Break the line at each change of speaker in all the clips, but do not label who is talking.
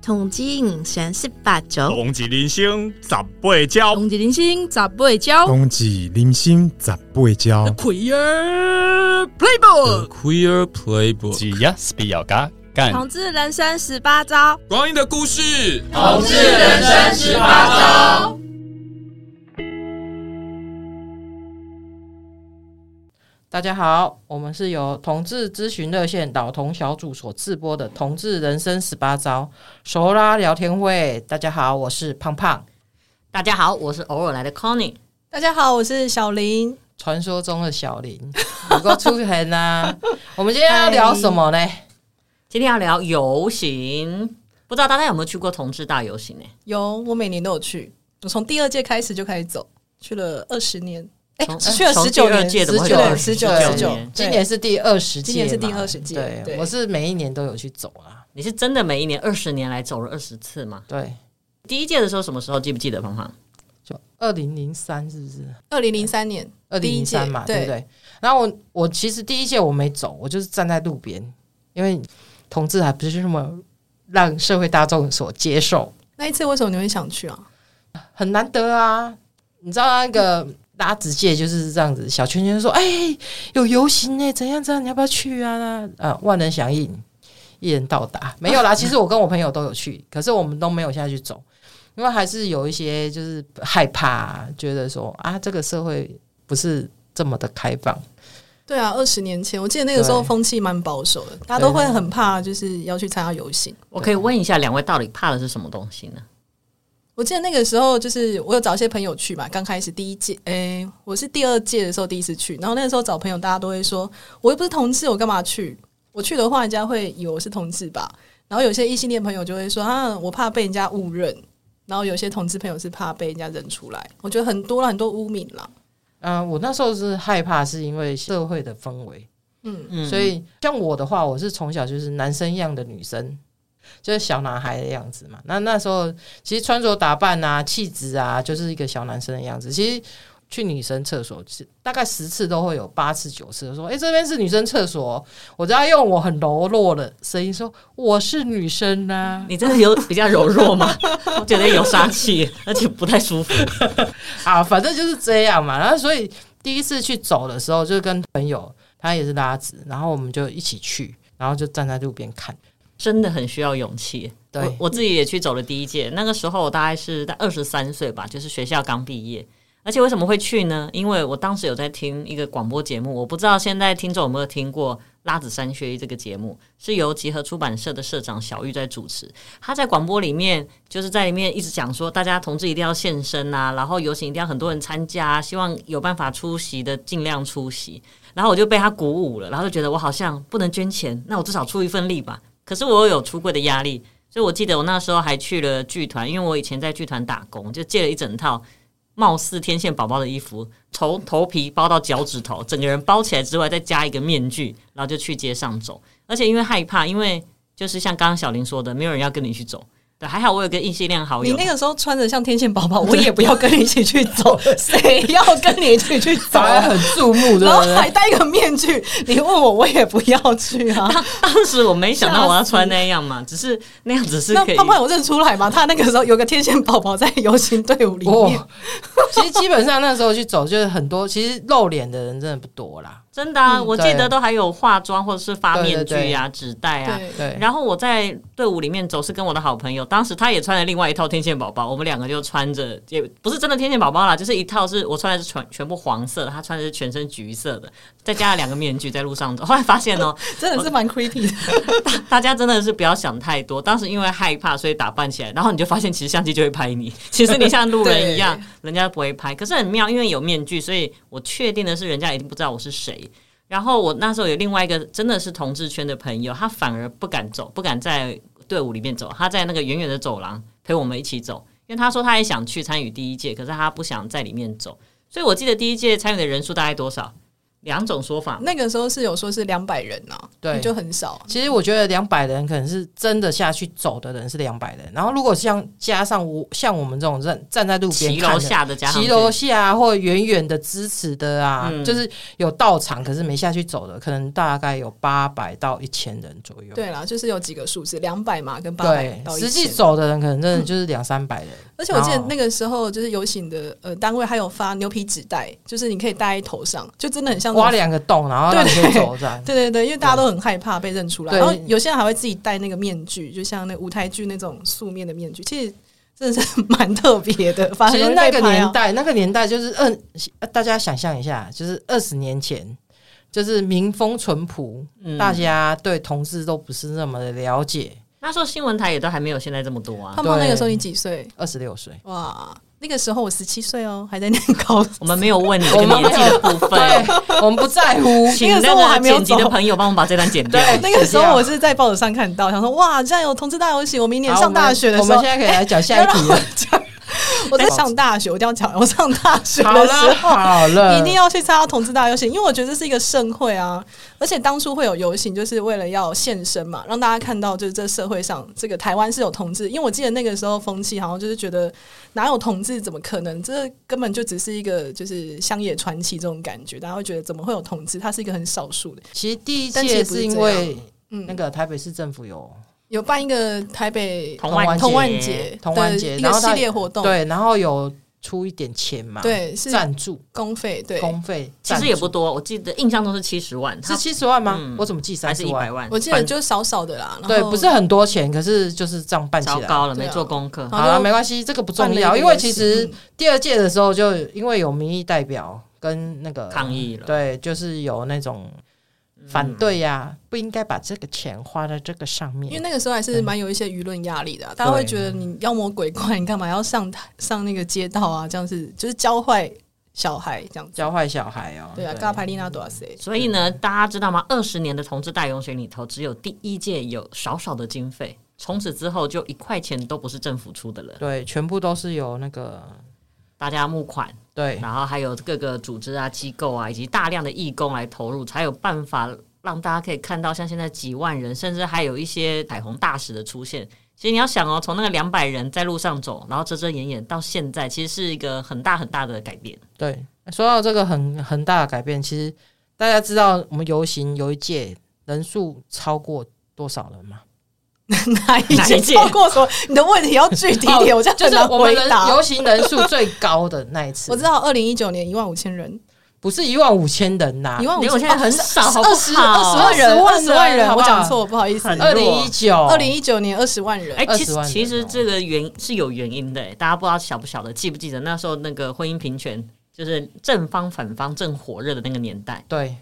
统计人生十八招，
同志人生十八招，
同一人生十八招，
冬季零星十八招，
Queer Playbook，
Queer Playbook，
只要是比较嘎干。
同志人生十八招。
光阴的故事。
同志人生十八招。
大家好，我们是由同志咨询热线导同小组所制播的《同志人生十八招》手拉聊天会。大家好，我是胖胖。
大家好，我是偶尔来的 Connie。
大家好，我是小林。
传说中的小林，不够出现啊！我们今天要聊什么呢？
今天要聊游行，不知道大家有没有去过同志大游行呢、
有，我每年都有去，我从第二届开始就开始走，去了二十年，哎、
从
只去了
从
十九
第二
年，
届怎么会
19
有
年19
19
19
年
今年是第二十届嘛，
今年是第20届
对，
对
我是每一年都有去走啊。
你是真的每一年二十年来走了二十次吗？
对，
第一届的时候什么时候记不记得，胖胖？
就二零零三是不是？
二零零三年，
二零
第一
零
届
三嘛，对
对
不对？然后我我其实第一届我没走，我就是站在路边，因为同志还不是那么让社会大众所接受，
那一次为什么你会想去啊？
很难得啊。你知道那个拉直界就是这样子，小圈圈说：“哎、有游行哎、怎样怎样，你要不要去啊？”那啊，万人响应，一人到达，没有
嗯
啦。其实我跟我朋友都有去，可是我们都没有下去走，因为还是有一些就是害怕，觉得说啊，这个社会不是这么的开放。
对啊，二十年前，我记得那个时候
对
风气蛮保守的，大家都会很怕，就是要去参加游行。
我可以问一下两位到底怕的是什么东西呢？
我记得那个时候，就是我有找一些朋友去嘛，刚开始第一届，诶、我是第二届的时候第一次去，然后那个时候找朋友，大家都会说，我又不是同志，我干嘛去？我去的话，人家会以为我是同志吧。然后有些异性恋朋友就会说，啊，我怕被人家误认。然后有些同志朋友是怕被人家认出来，我觉得很多啦很多污名啦。
嗯、我那时候是害怕，是因为社会的氛围。
嗯，
嗯
所以像我的话，我是从小就是男生一样的女生，就是小男孩的样子嘛。那那时候其实穿着打扮啊、气质啊，就是一个小男生的样子。其实去女生厕所，是大概十次都会有八次九次说：“哎、这边是女生厕所。”我只要用我很柔弱的声音说：“我是女生啊。
你真的有比较柔弱吗？ 我觉得有杀气，而且不太舒服。”
啊，反正就是这样嘛。然后所以第一次去走的时候，就跟朋友，他也是拉直，然后我们就一起去，然后就站在路边看。
真的很需要勇气。
对
我我自己也去走了第一届，那个时候我大概是在二十三岁吧，就是学校刚毕业。而且为什么会去呢？因为我当时有在听一个广播节目，我不知道现在听众有没有听过《拉子山学医》这个节目，是由集合出版社的社长小玉在主持。他在广播里面就是在里面一直讲说，大家同志一定要现身啊，然后游行一定要很多人参加、啊，希望有办法出席的尽量出席。然后我就被他鼓舞了，然后就觉得我好像不能捐钱，那我至少出一份力吧。可是我有出柜的压力，所以我记得我那时候还去了剧团，因为我以前在剧团打工，就借了一整套貌似天线宝宝的衣服，从头皮包到脚趾头，整个人包起来之外，再加一个面具，然后就去街上走。而且因为害怕，因为就是像刚刚小林说的，没有人要跟你去走。对，还好我有个异性恋好
你
友，
那个时候穿的像天线宝宝，我也不要跟你一起去 走，谁要跟你一起去走
反
啊？
而很注目，对
然后
不对
还？戴一个面具，你问我，我也不要去 啊。
当时我没想到我要穿那样嘛，只是那样只是
那
可以
胖胖有认出来吗？他那个时候有个天线宝宝在游行队伍里面，
哦，其实基本上那时候去走，就是很多其实露脸的人真的不多啦。
真的啊，我记
嗯对
得都还有化妆或者是发
对
面
对
具啊、纸袋啊，
对，
对，
然后我在队伍里面走，是跟我的好朋友，当时他也穿了另外一套天线宝宝，我们两个就穿着，也不是真的天线宝宝啦，就是一套是我穿的是全全部黄色的，他穿的是全身橘色的，再加了两个面具在路上走。后来发现哦，
真的是蛮 creepy 的。
大家真的是不要想太多，当时因为害怕，所以打扮起来，然后你就发现其实相机就会拍你，其实你像路人一样，人家不会拍。可是很妙，因为有面具，所以我确定的是人家一定不知道我是谁。然后我那时候有另外一个真的是同志圈的朋友，他反而不敢走，不敢在队伍里面走，他在那个远远的走廊陪我们一起走，因为他说他也想去参与第一届，可是他不想在里面走。所以我记得第一届参与的人数大概多少？两种说法。
那个时候是有说是两百人啊呐、
对
就很少。
其实我觉得两百人可能是真的下去走的人是两百人，然后如果像加上我像我们这种站站在路边
骑
看
楼
的，
下的加上
骑
去
楼下或远远的支持的啊，
嗯
就是有到场可是没下去走的，可能大概有八百到一千人左右。
对啦，就是有几个数字，两百嘛，跟八百
对
到，
实际哦
1000
走的人可能真的就是两三百人。
而且我记得那
个
个时候，就是游行的呃单位还有发牛皮纸袋，就是你可以戴在头上，就真的很像那种
挖。两个洞，然后
对
让你可以走这样。
对对对，因为大家都很害怕被认出来，
对
然后有些人还会自己戴那个面具，就像那舞台剧那种素面的面具，其实真的是蛮特别的。反
其
正
实
容易
那
被
个
拍
年
啊，
代，那个年代就是二，呃大家想象一下，就是二十年前，就是民风淳朴，
嗯
大家对同志都不是那么的了解。
那时候新闻台也都还没有现在这么多啊
胖，胖那个时候你几岁？
二十六岁，
哇，那个时候我十七岁哦，还在念 高。
我们没有问你这个年纪的部分，。
对，我们不在乎
请
那个时
那
候我还
个
没有
剪辑的
走
朋友帮我们把这段剪掉。
对
那个时
剪
候
掉
我是在报纸上看到，想说哇，这样有同志大游行，我明年
好
上大学的
我
时候，
们我们现在可以来讲下一题 了。
我在上大学，我一定要讲，我上大学
好
的时
了，
候。
好了，
一定要去参加同志大游行，因为我觉得这是一个盛会啊。而且当初会有游行，就是为了要献身嘛，让大家看到就是这社会上这个台湾是有同志。因为我记得那个时候风气好像就是觉得哪有同志，怎么可能？这根本就只是一个就是乡野传奇这种感觉，大家会觉得怎么会有同志？它是一个很少数的。
其实第一
但其实
届
不是
是因
这
为
嗯，
那个台北市政府有
有办一个台北
同万
同万
节
节
同安节，
的一
然
个
后
系
他
列活动，
对，然后有出一点钱嘛，，
对是
赞助
公费对。
公费，
其实也不多，我记得印象中是七十万，
是
他
七十万吗？
嗯
我怎么记三
还是
十
一百
万？
万，
我记得就少少的啦，然后
对，不是很多钱，可是就是这样办起
糟
来。
糕了，
对啊
没做功课。
好
好了，没关系，这个不重
办了一
要，
个
因为
游
其
戏
实
嗯
第二届的时候就因为有民意代表跟那个
抗议了嗯
对，就是有那种反对呀、不应该把这个钱花在这个上面，
因为那个时候还是
嗯
蛮有一些舆论压力的啊、大家会觉得你妖魔鬼怪，你干嘛要上台上那个街道啊？这样是就是教坏小孩这样子。
教坏小孩哦、
对啊，嘎帕丽娜多少谁？
所以呢，大家知道吗？二十年的同志大游行里头，只有第一届有少少的经费，从此之后就一块钱都不是政府出的了，
对，全部都是有那个
大家募款，
对
然后还有各个组织啊、机构啊，以及大量的义工来投入，才有办法让大家可以看到像现在几万人，甚至还有一些彩虹大使的出现。其实你要想哦，从那个两百人在路上走，然后遮遮掩掩，到现在其实是一个很大很大的改变。
对，说到这个很很大的改变，其实大家知道我们游行有一届人数超过多少人吗？
哪一
哪一
届
届
超过什么？你的问题要具体 一点，我这
哦
样
就
很
是
难
我们
回
人
答。
游行人数最高的那一次，
我知道，二零一九年一万五千人，
不是一万五千人呐、
一万五
因为我
千
现在很少，好不好？
二十二十万人，二
20
十万人，
好不
我
好
讲错，不好意思。
很
二零一九，
二零一九年二十万人，
哎、其
20
实
万人
其实
哦
这个原是有原因的、哎大家不知道晓不晓得，记不记得那时候那个婚姻平权，就是正方反方正火热的那个年代。
对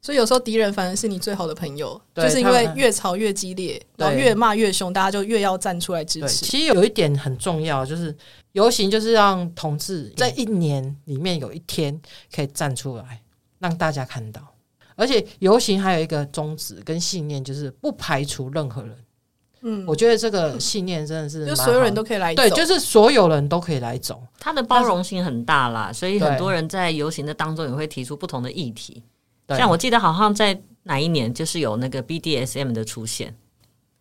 所以有时候敌人反而是你最好的朋友，
对
就是因为
他们
越吵越激烈，然后
对
越骂越凶，大家就越要站出来支
对，
持。
其实有一点很重要，就是游行就是让同志在
嗯
一年里面有一天可以站出来，让大家看到。而且游行还有一个宗旨跟信念，就是不排除任何人。
嗯，
我觉得这个信念真的是蛮
就
好的
所有人都可以来走，
对，就是所有人都可以来走。
它的包容性很大啦，所以
对
很多人在游行的当中也会提出不同的议题。
对
像我记得好像在哪一年，就是有那个 BDSM 的出现，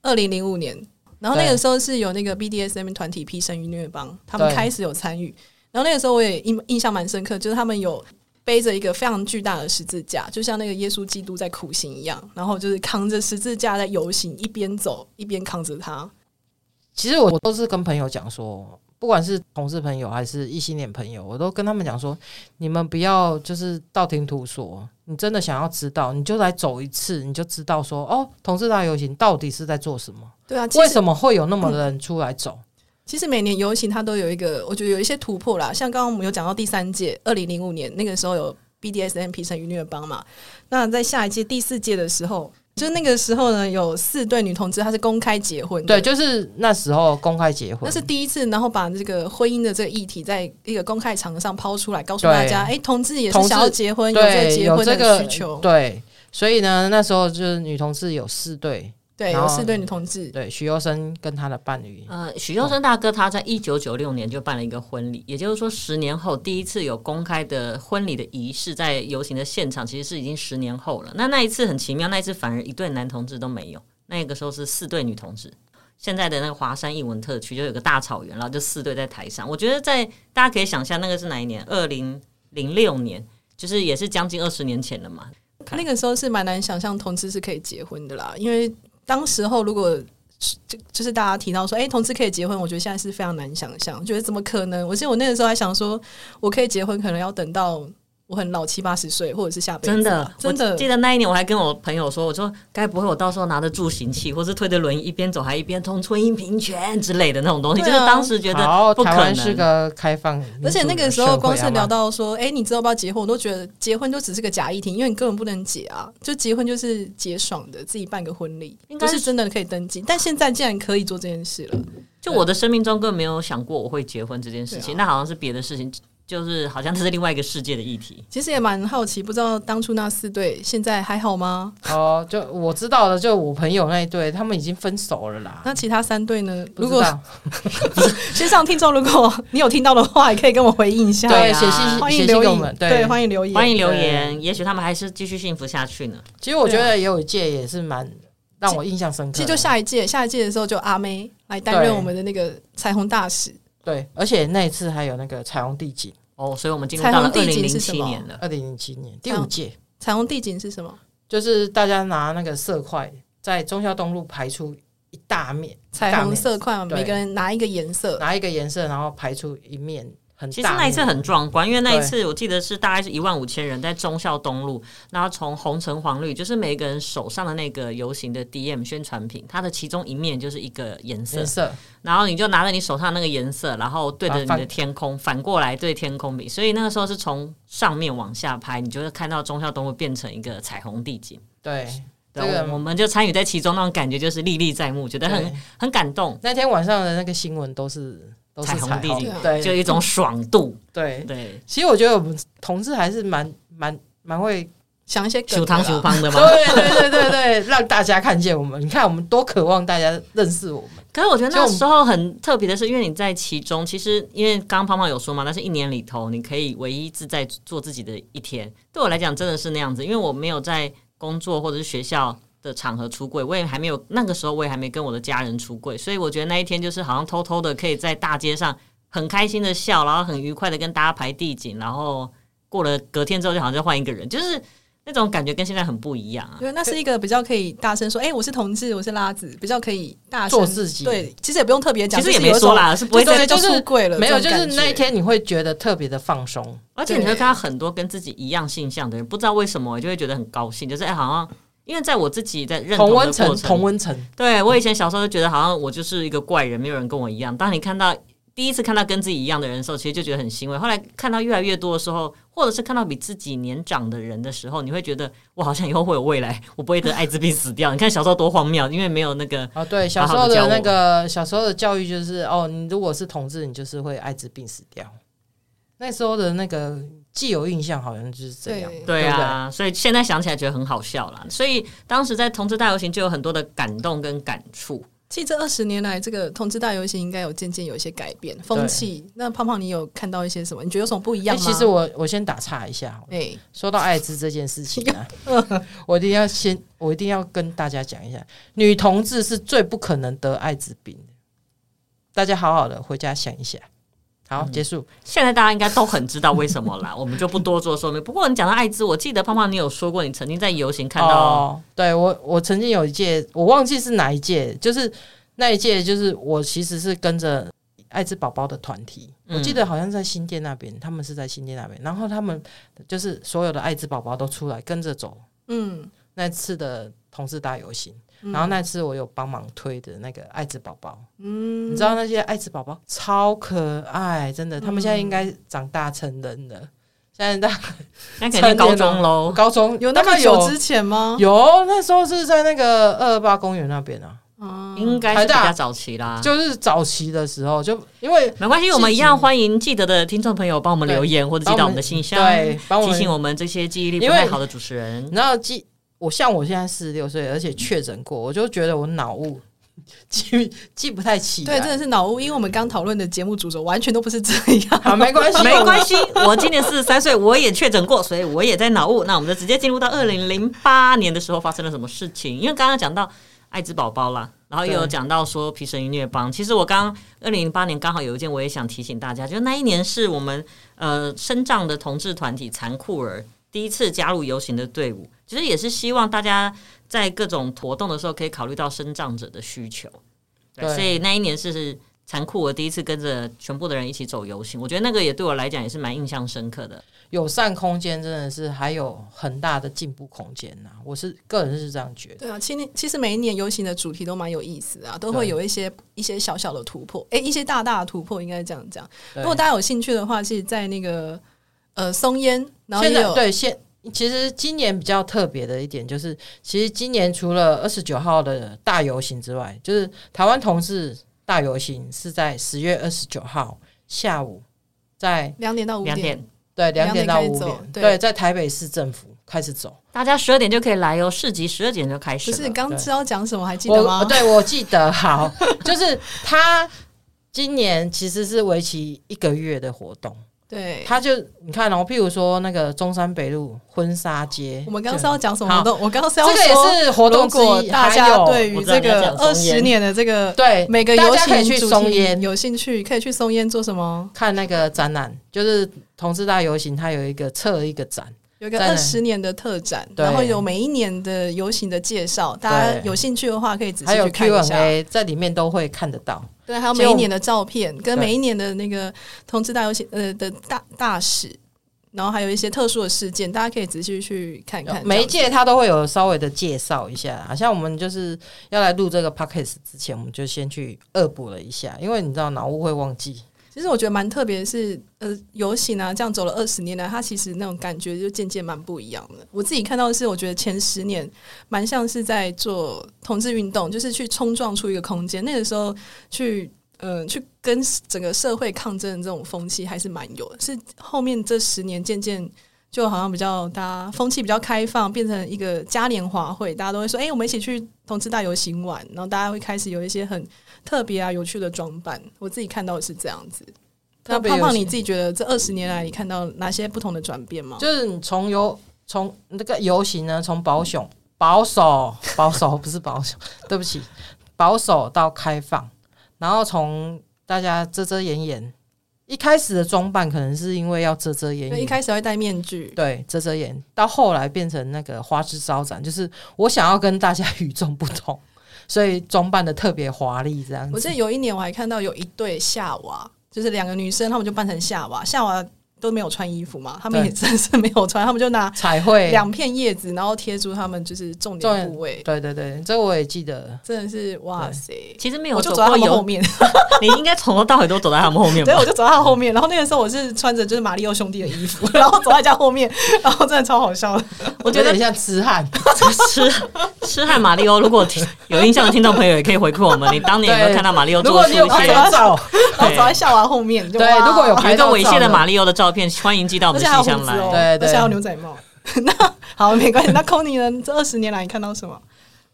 二零零五年，然后那个
对
时候是有那个 BDSM 团体披生与虐帮，他们
对
开始有参与。然后那个时候我也印印象蛮深刻，就是他们有背着一个非常巨大的十字架，就像那个耶稣基督在苦行一样，然后就是扛着十字架在游行，一边走一边扛着它。
其实我我都是跟朋友讲说，不管是同事朋友还是异性恋朋友，我都跟他们讲说，你们不要就是道听途说，你真的想要知道，你就来走一次，你就知道说，哦，同志大游行到底是在做什么，
对啊，其
为
实
什么会有那么多人出来走？
其实每年游行它都有一个，我觉得有一些突破啦。像刚刚我们有讲到第三届，二零零五年那个时候有 BDSM 皮城与虐帮嘛。那在下一届第四届的时候，就那个时候呢，有四对女同志她是公开结婚的
对，就是那时候公开结婚，
那是第一次，然后把这个婚姻的这个议题在一个公开场合上抛出来，告诉大家，哎、同志也是
同志
想要结婚，有这个
对
结
有
婚
这
的
个
需求。
对，所以呢，那时候就是女同志有四对
对，
然后
有四对女同志，
对，许攸生跟他的伴侣，
嗯
呃，许佑生大哥他在一九九六年就办了一个婚礼，也就是说十年后第一次有公开的婚礼的仪式，在游行的现场其实是已经十年后了。那那一次很奇妙，那一次反而一对男同志都没有，那个时候是四对女同志。现在的那个华山艺文特区就有个大草原，然后就四对在台上。我觉得在大家可以想象那个是哪一年？二零零六年，就是也是将近二十年前了嘛。看
那个时候是蛮难想象同志是可以结婚的啦，因为当时候如果就就是大家提到说，哎、同志可以结婚，我觉得现在是非常难想象，觉得怎么可能？我记得我那个时候还想说，我可以结婚，可能要等到我很老七八十岁，或者是下辈子
真的
吧，，真
我
的
记得那一年我还跟我朋友说，我说该不会我到时候拿着助行器，或是推着轮椅一边走还一边冲婚姻平权之类的那种东西，
对
就
啊
是当时觉得
好，
不可
台湾是
能。
个开放，
而且那个时候，光是聊
到
到说，哎、你知道不知道结婚？我都觉得结婚就只是个假议题，因为你根本不能结啊。就结婚就是结爽的，自己办个婚礼，
应
不
该
是
是
真的可以登记。但现在竟然可以做这件事了，
就我的生命中根本没有想过我会结婚这件事
对
情，
啊
那好像是别的事情，就是好像这是另外一个世界的议题。
其实也蛮好奇，不知道当初那四对现在还好吗？
哦，就我知道的，就我朋友那一对，他们已经分手了啦。
那其他三对呢？
不
啊如
知
果
道
线上听众，如果你有听到的话，也可以跟我回应一下。
对
啊
写信
欢
写
迎
信
留
给我
言
们，，对，
欢迎留言，
欢迎留言，也许他们还是继续幸福下去呢。
其实我觉得也有一届也是蛮让我印象深刻的，
其实就下一届，下一届的时候就阿妹来担任我们的那个彩虹大使。
对，而且那一次还有那个彩虹地景，
哦，所以我们进入到了
彩
二
虹地
零
景
零
是什
七
么
年了。
二零零七年第
嗯
五届，
彩虹地景是什么？
就是大家拿那个色块在中孝东路排出一大面
彩虹色块嘛，
对
每个人拿一个颜色。
拿一个颜色，然后排出一面很大。
其实那一次很，壮观，因为那一次我记得是大概是一万五千人在忠孝东路，然后从红橙黄绿，就是每个人手上的那个游行的 DM 宣传品，它的其中一面就是一个颜色
颜，色
然后你就拿着你手上那个颜色，然后对着你
啊
的
反
天空，反过来对天空比，所以那个时候是从上面往下拍，你就会看到忠孝东路变成一个彩虹地景。
对，
对，
这个
我我们就参与在其中，那种感觉就是历历在目，觉得很
对
很感动，
那天晚上的那个新闻都是都是
彩虹
虹
地景就有
对
一种爽度。
对。
对，
其实我觉得我们同志还是蛮蛮蛮会，
想一些梗
修
的啦
汤修 汤的嘛。
对对对对对， 让大家看见我们。你看，我们多渴望大家认识我们。
可是我觉得
就
那
我们
时候很特别的是，因为你在其中，其实因为刚刚胖胖有说嘛，那是一年里头你可以唯一自在做自己的一天。对我来讲，真的是那样子，因为我没有在工作或者是学校的场合出柜，我也还没有那个时候，我也还没跟我的家人出柜，所以我觉得那一天就是好像偷偷的可以在大街上很开心的笑，然后很愉快的跟大家排地景，然后过了隔天之后就好像就换一个人，就是那种感觉跟现在很不一样啊。
对，那是一个比较可以大声说，哎、我是同志，我是拉子，比较可以大声
做自己
对，其实也不用特别讲，
其实也
就是有
没
一种
说，啦，是不会
就
在
是
对
就
就是
出柜了，
没有，
这
就
种
是
感觉
那一。天你会觉得特别的放松，
而且你会看到很多跟自己一样性向的人，不知道为什么，就会觉得很高兴，就是哎、好像因为在我自己在认
同
同的
温
过
层，
程，
同温层，
对我以前小时候就觉得好像我就是一个怪人，没有人跟我一样。当你看到第一次看到跟自己一样的人的时候，其实就觉得很欣慰。后来看到越来越多的时候，或者是看到比自己年长的人的时候，你会觉得我好像以后会有未来，我不会得艾滋病死掉。你看小时候多荒谬，因为没有那个
哦，对，
好
小时
好
候
地
的
教我
那个小时候的教育就是，哦，你如果是同志，你就是会艾滋病死掉。那时候的那个既有印象好像就是这样，
对
对啊，所以现在想起来觉得很好笑啦。所以当时在同志大游行就有很多的感动跟感触。
其实这二十年来，这个同志大游行应该有渐渐有一些改变风气。那胖胖，你有看到一些什么？你觉得有什么不一
对
样
不对。哎
吗？
其实我我先打岔一下好了，
哎、
说到艾滋这件事情啊， 我一定要先，我一定要跟大家讲一下，女同志是最不可能得艾滋病的。大家好好的回家想一下。好，
嗯
结束。
现在大家应该都很知道为什 么啦，我们就不多做说明。不过你讲到艾滋，我记得胖胖你有说过，你曾经在游行看到，
哦、对我，我曾经有一届，我忘记是哪一届，就是那一届，就是我其实是跟着艾滋宝宝的团体，
嗯
我记得好像在新店那边，他们是在新店那边，然后他们就是所有的艾滋宝宝都出来跟着走
嗯，
那次的同志大游行，然后那次我有帮忙推的那个艾滋宝宝，嗯，你知道那些艾滋宝宝超可爱，真的，他们现
嗯
在应该长大成人了。现在大
那肯定高中喽。
高中
有那
大
么
概有
久之前吗？
有，那时候是在那个二二八公园那边啊，
嗯
应该是比较早期
啊
啦，
就是早期的时候，就因为
没关系，我们一样欢迎记得的听众朋友帮我们留言或者寄到我们的信箱，
对，帮我
提
们
醒我们这些记忆力不
因为
太好的主持人。
然后记。我像我现在四十六岁，而且确诊过，我就觉得我脑雾记记不太起来。
对，真的是脑雾，因为我们刚讨论的节目主轴完全都不是这
好，
样。
没关系，
没关系，我今年四十三岁，我也确诊过，所以我也在脑雾。那我们就直接进入到二零零八年的时候发生了什么事情？因为刚刚讲到艾滋宝宝啦，然后又有
对
讲到说皮神与虐帮。其实我刚二零零八年刚好有一件，我也想提醒大家，就是那一年是我们呃身障的同志团体残酷儿第一次加入游行的队伍，其实也是希望大家在各种活动的时候可以考虑到身障者的需求。对，
对
所以那一年是残酷，我第一次跟着全部的人一起走游行，我觉得那个也对我来讲也是蛮印象深刻的。
友善空间真的是还有很大的进步空间呐、我是个人是这样觉得。
对啊，其实其实每一年游行的主题都蛮有意思的啊，都会
对
有一些一些小小的突破，哎诶，一些大大的突破，应该这样讲。
对
如果大家有兴趣的话，其实，在那个呃松烟，然后
现
也
在
有
对现其实今年比较特别的一点就是，其实今年除了二十九号的大游行之外，就是台湾同志大游行是在十月二十九号下午，在
两点到五
两点，
对两
两点
点到
开始
五
走
点，
对
对，在台北市政府开始走。
大家十二点就可以来哦，市集十二点就开始
不
了。
是刚
对
知道讲什么还记得
我
吗？
对我记得好， 就是他今年其实是为期一个月的活动。
对，
他就你看哦，譬如说那个中山北路婚纱街，
我们刚刚
对
是要讲什么活动？我刚刚是要
这个也
说
是活动
如
之
果
一，
大
还
家
有
对于
我知道
这
你要
个
讲
二
松烟
十年的这个
对
每个
大
游
家可以
行
去
主
松
题
烟
有兴趣，可以去松烟做什么？
看那个展览，就是同志大游行，它有一个测一个展，
有一个
在哪
二十年的特展，
对
然后有每一年的游行的介绍，大家有兴趣的话可以仔细
还有
去看一下。
Q&A 在里面都会看得到。
对，还有每一年的照片，跟每一年的那个同志大游行呃的大大使，然后还有一些特殊的事件，大家可以仔细去看看。
每一届它都会有稍微的介绍一下，好像我们就是要来录这个 podcast 之前，我们就先去恶补了一下，因为你知道脑雾会忘记。
其实我觉得蛮特别的是，呃，游行啊，这样走了二十年来，它其实那种感觉就渐渐蛮不一样的。我自己看到的是，我觉得前十年蛮像是在做同志运动，就是去冲撞出一个空间。那个时候去，呃，去跟整个社会抗争的这种风气还是蛮有的。是后面这十年渐渐。就好像比较大家风气比较开放，变成一个嘉年华会，大家都会说：“哎、我们一起去同志大游行玩。”然后大家会开始有一些很特别啊、有趣的装扮。我自己看到的是这样子。那
特别有
胖胖，你
趣
自己觉得这二十年来，你看到哪些不同的转变吗？
就是你从游从那个游行呢，从保守保守保守不是保守，对不起，保守到开放，然后从大家遮遮掩掩，一开始的装扮可能是因为要遮遮掩
因为
掩，
一开始会戴面具，
对遮遮掩，到后来变成那个花枝招展，就是我想要跟大家与众不同，所以装扮的特别华丽这样
我记
子
得。有一年我还看到有一对夏娃，就是两个女生，她们就扮成夏娃，夏娃都没有穿衣服嘛，她们
对
也真是没有穿，她们就拿
彩绘，
两片叶子，然后贴住她们就是重
重
点
点
部位，
对对对，这我也记得。
真的是哇塞！
其实没有
我就
走
走在
过
他们后
游，
面，
你应该从头到尾都走在他们后面
对，
吧
我？就走在他后面。然后那个时候我是穿着就是马里奥兄弟的衣服，然后走在人家后面，然后真的超好笑的。
我觉得很像痴汉，
痴痴汉马里奥，如果听有印象的听众朋友也可以回馈我们，你当年有没有看到马里奥
如
做
果
出
你有
一
拍
些
到照，
然后走在夏娃后面，就
对
哇
如果有拍
有一个猥
拍
亵
到照
的
的
马里奥的照片，欢迎寄到我
而
们
且
的
还有
信
胡
箱
子哦，
来。
对对
而且还有牛仔 帽。那好，没关系。那 Kony 呢？这二十年来你看到什么？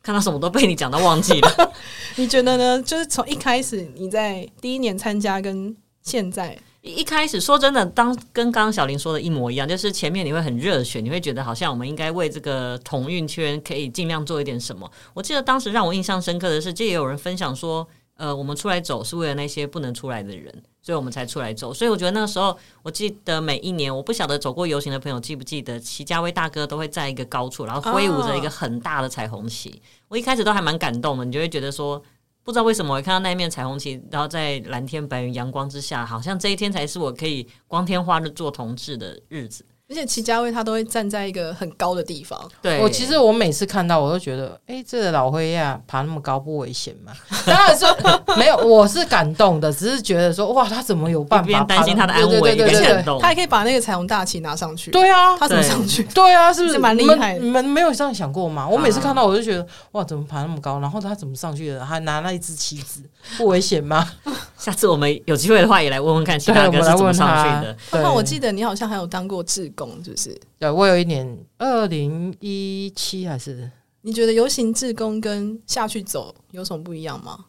看到什么都被你讲到忘记了。
你觉得呢？就是从一开始你在第一年参加跟现在，
一开始说真的，当跟刚刚小林说的一模一样，就是前面你会很热血，你会觉得好像我们应该为这个同运圈可以尽量做一点什么。我记得当时让我印象深刻的是，就也有人分享说，呃，我们出来走是为了那些不能出来的人，所以我们才出来走。所以我觉得那个时候，我记得每一年，我不晓得走过游行的朋友记不记得，齐家威大哥都会在一个高处，然后挥舞着一个很大的彩虹旗。我一开始都还蛮感动的，你就会觉得说，不知道为什么我看到那一面彩虹旗，然后在蓝天白云、阳光之下，好像这一天才是我可以光天化日做同志的日子。
而且齐家威他都会站在一个很高的地方，
对
我其实我每次看到，我都觉得，哎、这个老灰呀、爬那么高不危险吗？ 当然说没有，我是感动的，只是觉得说，哇，他怎么有办
一
法
边
爬
担心他的安危，
对对
一
对
边
对
感
对，
动
他。还可以把那个彩虹大旗拿上去。，
对啊，
他怎么上去？
对啊，是不是
是蛮厉害的
你们你们没有这样想过吗？我每次看
啊
到我 就觉得，哇，怎么爬那么高？然后他怎么上去的？还拿那一只旗子，不危险吗？
下次我们有机会的话，也来问问看其
对，
他
我
歌
们
是
来
怎么
问
上去
他
的。。
那、我
对
记得你好像还有当过志工，就是
对，我有一年二零一七还是，
你觉得游行志工跟下去走有什么不一样吗？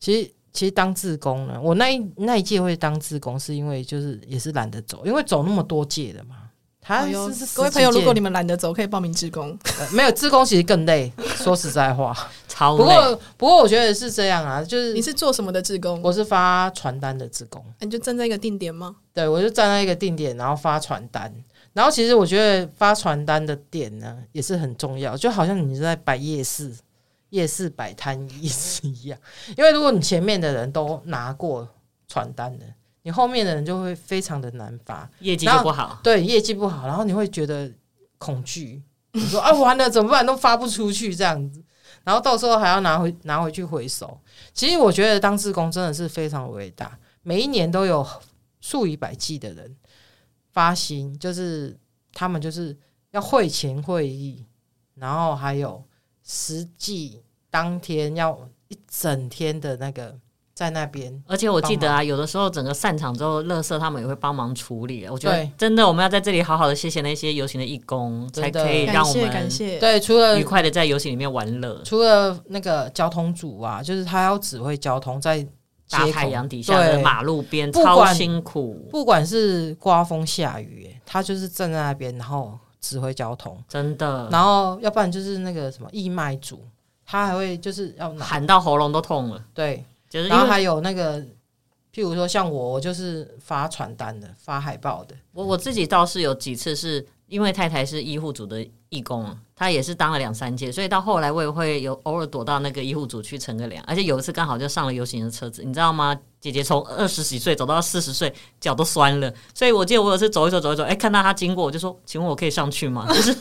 其实其实当志工呢，我那一那一届会当志工，是因为就是也是懒得走，因为走那么多届的嘛。他
啊
哎呦
是是
各位朋友，
十几届
如果你们懒得走，可以报名志工。
呃没有志工，其实更累。说实在 话，
超
不
累，
过不过我觉得是这样啊，就是
你是做什么的志工？
我是发传单的志工，
你就站在一个定点吗？
对我就站在一个定点，然后发传单。然后其实我觉得发传单的点呢也是很重要，就好像你是在摆夜市、夜市摆摊意思一样。因为如果你前面的人都拿过传单的，你后面的人就会非常的难发，
业绩就不好。
对业绩不好，然后你会觉得恐惧，你说啊完了怎么办，都发不出去这样子，然后到时候还要拿回拿回去回收。其实我觉得当志工真的是非常伟大，每一年都有数以百计的人发心，就是他们就是要会前会议，然后还有实际当天要一整天的那个在那边
而且我记得啊，有的时候整个散场之后，垃圾他们也会帮忙处理。啊我觉得
对
真的，我们要在这里好好的谢谢那些游行的义工，才
真的
可以
感
让我
谢感
们
谢。
对，除了
愉快的在游行里面玩乐，
除了那个交通组啊，就是他要指挥交通在街
大
口
太阳底下的
对
马路边
不
超
管
辛苦，
不管是刮风下雨欸，他就是站在那边，然后指挥交通，
真的
然后要不然就是那个什么义卖组，他还会就是要拿
喊到喉咙都痛了，
对，
就是因
然后还
为
有那个，譬如说像我，我就是发传单的，发海报的，
我我自己倒是有几次是因为太太是医护组的义工，啊她也是当了两三届，所以到后来我也会有偶尔躲到那个医护组去乘个凉，而且有一次刚好就上了游行的车子，你知道吗？姐姐从二十几岁走到四十岁，脚都酸了，所以我记得我有次走一走走一走，哎、看到她经过，我就说：“请问我可以上去吗？”就是，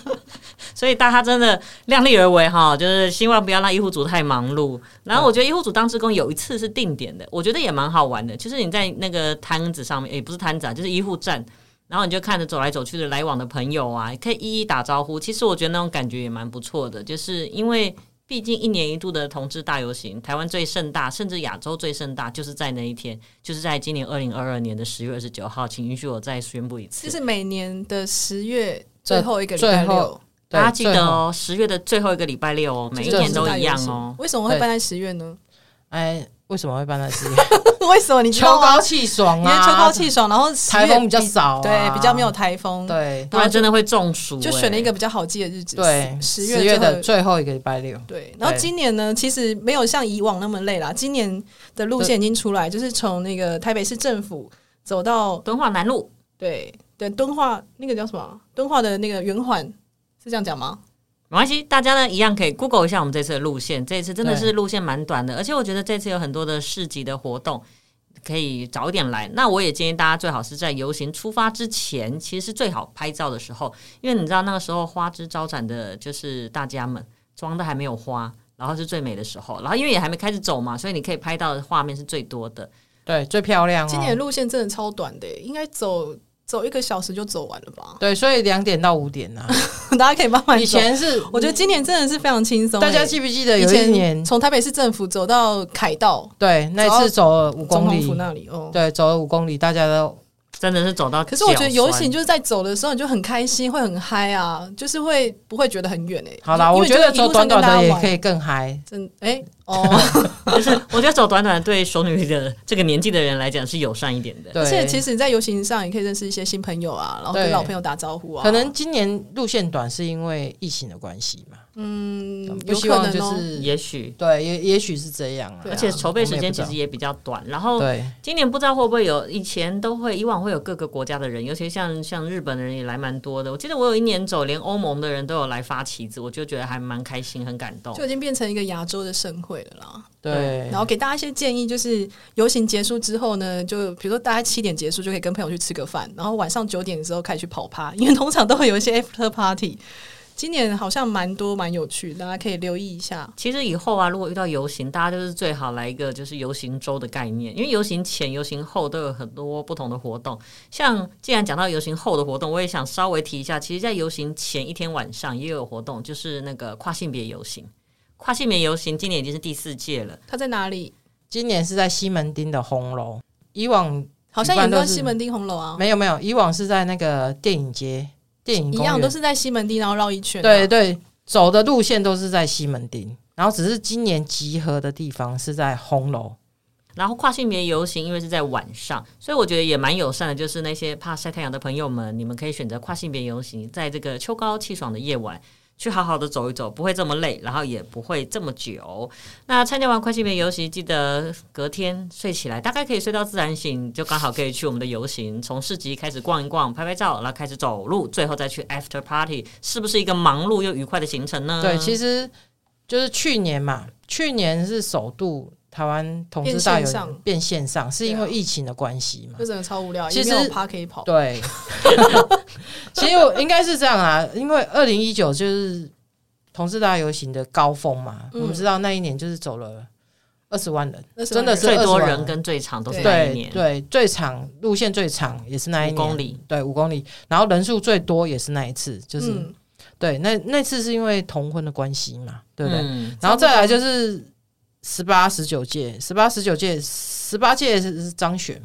所以大家真的量力而为哈，就是希望不要让医护组太忙碌。然后我觉得医护组当职工有一次是定点的，我觉得也蛮好玩的，就是你在那个摊子上面，也、不是摊子啊，就是医护站，然后你就看着走来走去的来往的朋友啊，可以一一打招呼。其实我觉得那种感觉也蛮不错的，就是因为毕竟一年一度的同志大游行，台湾最盛大，甚至亚洲最盛大，就是在那一天，就是在今年二零二二年的十月二十九号。请允许我再宣布一次，
就是每年的十月最后一个礼
最
拜
后
六，
对
大家记
最
得
后
哦，十月的最后一个礼拜六哦，每一年都一样哦。
为什么会办在十月呢？
哎，为什么会办在 这里？
为什么你知
秋
道吗
高气爽
因为
啊，
秋高气爽，然后10
台
月
风比较少啊
对，比较没有台风，，
对
不然真的会中暑、
就选了一
哎
个比较好记的日子，
对，
十
十
月
月
最后
的最后一个礼拜六，
对，然后
对
今年呢，其实没有像以往那么累啦。今年的路线已经出来，就是从那个台北市政府走到
敦化南路，
对对敦化那个叫什么啊敦化的那个圆环，是这样讲吗？
没关系，大家呢一样可以 Google 一下我们这次的路线。这一次真的是路线蛮短的，而且我觉得这次有很多的市集的活动，可以早一点来。那我也建议大家最好是在游行出发之前，其实是最好拍照的时候，因为你知道那个时候花枝招展的，就是大家们妆都还没有花，然后是最美的时候，然后因为也还没开始走嘛，所以你可以拍到的画面是最多的。
对，最漂亮哦。
今年的路线真的超短的耶，欸应该走走一个小时就走完了吧？
对，所以两点到五点啊。
大家可以慢慢走。
以前是嗯
我觉得今年真的是非常轻松耶，
大家记不记得
以
有一
前
年，
从台北市政府走到凯道
对，那一次走了五
总
公
统
里
府，那里哦。
对，走了五公里，大家都
真的是走到，
可是我觉得游行就是在走的时候，你就很开心，会很嗨啊，就是会不会觉得很远哎、
好啦。
因
我
为
觉得走短短的也可
以。
以更嗨，
真哎、哦，
就是我觉得走短短对熟女的这个年纪的人来讲是友善一点的。
而且
对。
其实你在游行上也可以认识一些新朋友啊，然后跟
对
老朋友打招呼啊。
可能今年路线短是因为疫情的关系嘛，
嗯，
不
有
希
可
望
能
就
哦、
是
也许，
对，也也许是这样啊。
对
而
啊
且筹备时间
我们也不知
其
道
实也比较短。然后
对
今年不知道会不会有，以前都会，以往会有各个国家的人，尤其像像日本的人也来蛮多的。我记得我有一年走，连欧盟的人都有来发旗子，我就觉得还蛮开心，很感动
就。已经变成一个亚洲的盛会了啦。
对
嗯然，后给大家一些建议，就是游行结束之后呢，就比如说大家七点结束就可以跟朋友去吃个饭，然后晚上九点的时候开始去跑趴， 因为通常都会有一些 after party。今年好像蛮多蛮有趣，大家可以留意一下。
其实以后啊，如果遇到游行，大家就是最好来一个就是游行周的概念，因为游行前、游行后都有很多不同的活动。像既然讲到游行后的活动，我也想稍微提一下，其实，在游行前一天晚上也有活动，就是那个跨性别游行。跨性别游行今年已经是第四届了，
它在哪里？
今年是在西门町的红楼，以往
好像也
一般都
叫
是
西门町红楼啊，
没有没有，以往是在那个电影街、电影
一
公
样
园
都是在西门町，然后绕一圈、啊。
对，对，走的路线都是在西门町，然后只是今年集合的地方是在红楼。
然后跨性别游行，因为是在晚上，所以我觉得也蛮友善的。就是那些怕晒太阳的朋友们，你们可以选择跨性别游行，在这个秋高气爽的夜晚，去好好的走一走，不会这么累，然后也不会这么久。那参加完跨性别游行，记得隔天睡起来，大概可以睡到自然醒，就刚好可以去我们的游行，从市集开始逛一逛，拍拍照，然后开始走路，最后再去 after party，是不是一个忙碌又愉快的行程
嗯
呢？
对，其实就是去年嘛，去年是首度台湾同志大
变
游行
线上
变线上，是因
对啊
为疫情的关系嘛
就。真的超无聊，
其
也
实
没有趴可以跑。
对， 其实我应该是这样啊，因为二零一九就是同志大游行的高峰嘛，
嗯
我们知道那一年就是走了二十万人，
20万人
真的是
最多
20万
人跟最长都是那一
啊对
年，
对最长路线最长也是那一年
五公里，
对五公里，然后人数最多也是那一次，就是、
嗯
对那那次是因为同婚的关系嘛，对不对？
嗯
然后再来就是十八、十九届，十八、十九届，十八届是是张悬。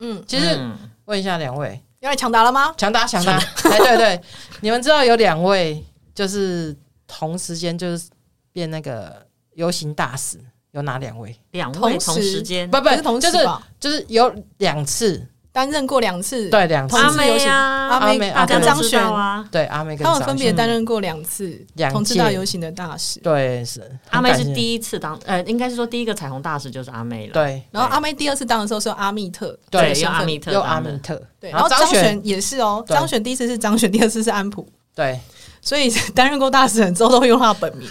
嗯，
其实
嗯
问一下两位，
要来抢答了吗？
强大强大，哎对对， 你们知道有两位就是同时间就是变那个游行大使，有哪两位？
两位
同时
同时间，
不不
可是，同
就
时
是
吧，
就是有两次，
担任过两次，，
对两次
同，
阿
志游
妹
行
呀，
阿
阿妹
妹
阿
跟
妹
张
知
璇，
道啊，
对阿妹跟
他们
张
分别
悬
担任过两次
嗯两
同志
届
大游行的大使。
对是
阿妹是
一，
第一次当，呃，应该是说第一个彩虹大使就是阿妹了，
对
然后阿妹第二次当的时候是有阿密特，
对，
对
用阿密特
又阿
当
米
的，
特，
对，然后张
张
璇也是哦，
对
张璇第一次是张璇，第二次是安普，
对
所以 担任过大使很之后都会用他的 本名，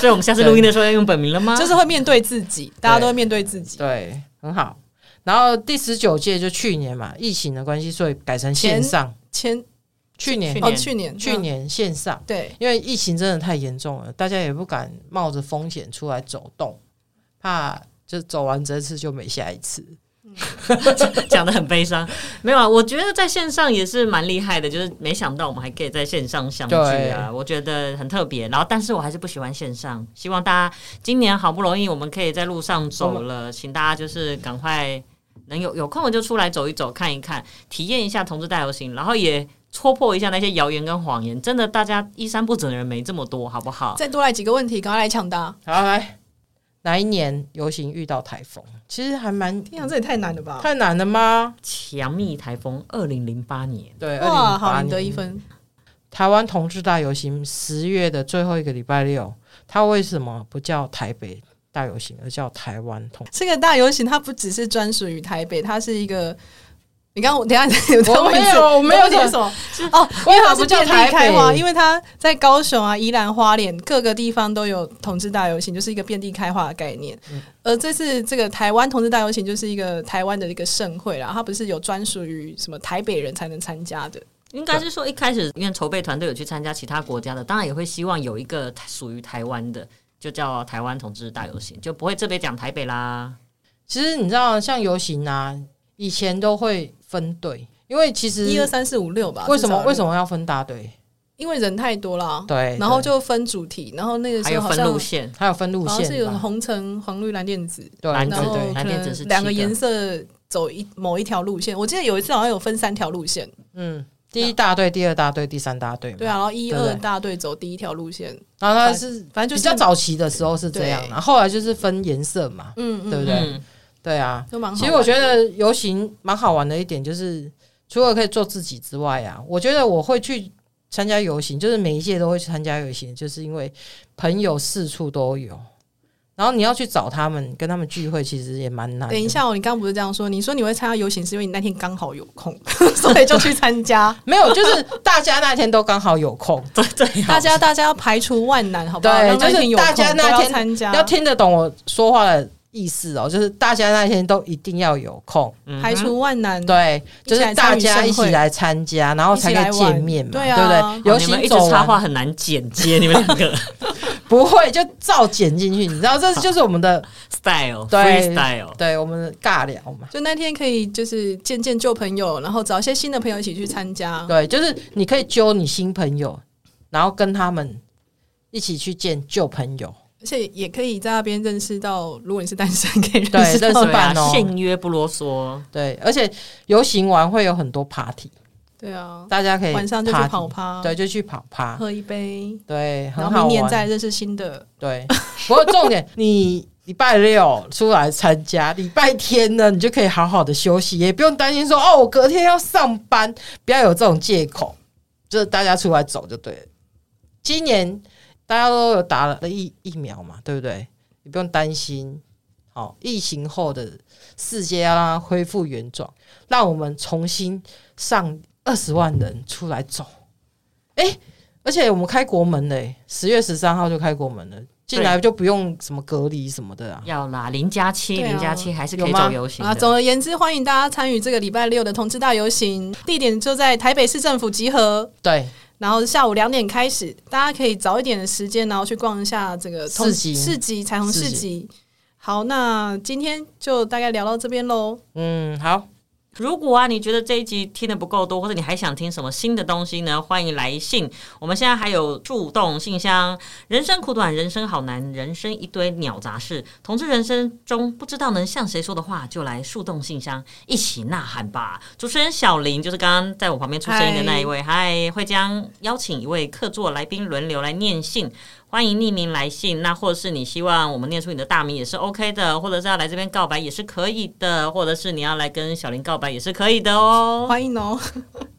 所以我们下次录音的时候要用本名了吗？
就是会面对自己，大家都会面对自己。
对，很好。然后第十九届就去年嘛，疫情的关系，所以改成线
前
上。
前
去年
去
哦，
年
去年
去
嗯
年线上，
对，
因为疫情真的太严重了，大家也不敢冒着风险出来走动，怕就走完这次就没下一次。
讲的很悲伤，没有啊，我觉得在线上也是蛮厉害的，就是没想到我们还可以在线上相聚啊，
对
我觉得很特别。然后，但是我还是不喜欢线上，希望大家今年好不容易我们可以在路上走了，请大家就是赶快能有有空我就出来走一走，看一看，体验一下同志大游行，然后也戳破一下那些谣言跟谎言。真的，大家衣衫不整的人没这么多，好不好？
再多来几个问题，赶快来抢答。
好，来哪一年游行遇到台风？其实还蛮
天啊，这也太难了吧！
太难了吗？
强密台风，二零零八年。
对，二
哇，
零
好，
八
你得一
年
分。
台湾同志大游行十月的最后一个礼拜六，它为什么不叫台北大游行，而叫台湾同？
这个大游行它不只是专属于台北，它是一个。你刚刚我等一下 有在问一次
我没有我没有
你在问什么哦，因为它是遍地开
为何不叫台
花，
北
因为它在高雄啊、宜兰、花莲各个地方都有同志大游行，就是一个遍地开花的概念。
嗯
而这次这个台湾同志大游行就是一个台湾的一个盛会啦，它不是有专属于什么台北人才能参加的，
应该是说一开始因为筹备团队有去参加其他国家的，当然也会希望有一个属于台湾的，就叫台湾同志大游行，就不会这边讲台北啦。
其实你知道，像游行啊，以前都会分队，因为其实
一二三四五六吧？
为什么为什
么？
么要分大队？
因为人太多啦。
对，
然后
对
就分主题，然后那个
还
时
有
候好
分
像
路线，
还有分路
好像是
线
有
吧，
红橙黄绿蓝靛紫，
对
蓝
然后
对
对
可
蓝靛紫是七
能两个
个
颜色走一某一条路线。我记得有一次好像有分三条路线，
嗯，第一大队、第二大队、第三大队嘛，
对啊，然后一
对对
二大队走第一条路线，
然后它是
反
比
正就是
较，早期的时候是这样，
对
然后后来就是分颜色嘛，
嗯嗯，
对不对
嗯，
对啊。
都蛮好玩的。
其实我觉得游行蛮好玩的一点就是，除了可以做自己之外啊，我觉得我会去参加游行，就是每一届都会去参加游行，就是因为朋友四处都有，然后你要去找他们，跟他们聚会，其实也蛮难的。
等一下哦，你刚刚不是这样说？你说你会参加游行，是因为你那天刚好有 空，所以就去参加。
没有，就是大家那天都刚好有 空，
对对，
大家大家要排除万难，好不好？
对
让那
就是
天有空
大家那
都要
天
参加，
要听得懂我说话的意思哦。就是大家那天都一定要有空，
排除万难。
嗯对，就
嗯一起来
是大
参与
家一
盛
起
会
来参加，然后才可以
一起来玩
见面嘛，
对啊
不对？游
哦你们
行
一直
走
插
完
话很难剪接，你们两个
不会就照剪进去，你知道，这就是我们的
style
对
freestyle。啊
对我们的尬聊嘛。
就那天可以就是见见旧朋友，然后找一些新的朋友一起去参加。
对，就是你可以揪你新朋友，然后跟他们一起去见旧朋友，
而且也可以在那边认识到，如果你是单身，可以
对
认识
认
到
识
对啊
伴哦，
现约不啰嗦，
对，而且游行完会有很多 party，
对啊，
大家可以
晚上就去
party
跑趴，
对，就去跑 趴，
喝一杯，
对，很
然后
好
明年再
玩。
认识新的。
对，不过重点，你礼拜六出来参加，礼拜天呢，你就可以好好的休息，也不用担心说哦，我隔天要上班，不要有这种借口。就是大家出来走就对了。今年大家都有打了疫疫苗嘛，对不对？你不用担心。好，疫情后的世界要让它恢复原状，让我们重新上二十万人出来走。哎、而且我们开国门嘞、十月十三号就开国门了，进来就不用什么隔离什么的啊。
要啦，零加七，
对啊
零加七还是可以
有吗
走游行
啊，
的。
总而言之，欢迎大家参与这个礼拜六的同志大游行，地点就在台北市政府集合，
对，
然后下午两点开始，大家可以早一点的时间，然后去逛一下这个同
市集
市集彩虹市
市
集。好，那今天就大概聊到这边喽。
嗯，好，
如果啊，你觉得这一集听的不够多，或者你还想听什么新的东西呢？欢迎来信，我们现在还有触动信箱。人生苦短，人生好难，人生一堆鸟杂事。同志人生中不知道能向谁说的话，就来树洞信箱一起呐喊吧。主持人小林就是刚刚在我旁边出声音的那一位，嗨，会将邀请一位客座来宾轮流来念信。欢迎匿名来信，那或者是你希望我们念出你的大名也是 OK 的，或者是要来这边告白也是可以的，或者是你要来跟小林告白也是可以的哦。
欢迎哦，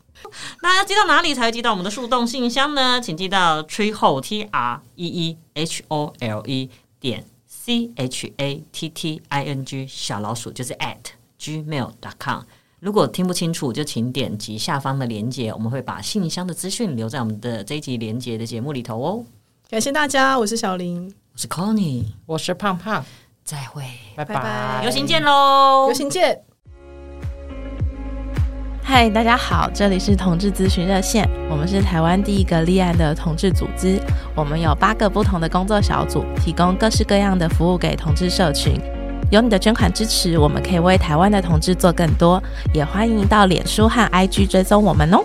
那要寄到哪里才会寄到我们的树洞信箱呢？请寄到 tree hole t r e e h o l e 点 c h a t t i n g 小老鼠就是 at gmail.com。如果听不清楚，就请点击下方的连接，我们会把信箱的资讯留在我们的这一集连接的节目里头哦。
感谢大家，我是小林，
我是 Connie，
我是胖胖，
再会，
拜
拜拜
游行见喽！
哦
游行见。
嗨，大家好，这里是同志咨询热线，我们是台湾第一个立案的同志组织，我们有八个不同的工作小组，提供各式各样的服务给同志社群。有你的捐款支持，我们可以为台湾的同志做更多，也欢迎到脸书和 IG 追踪我们哦。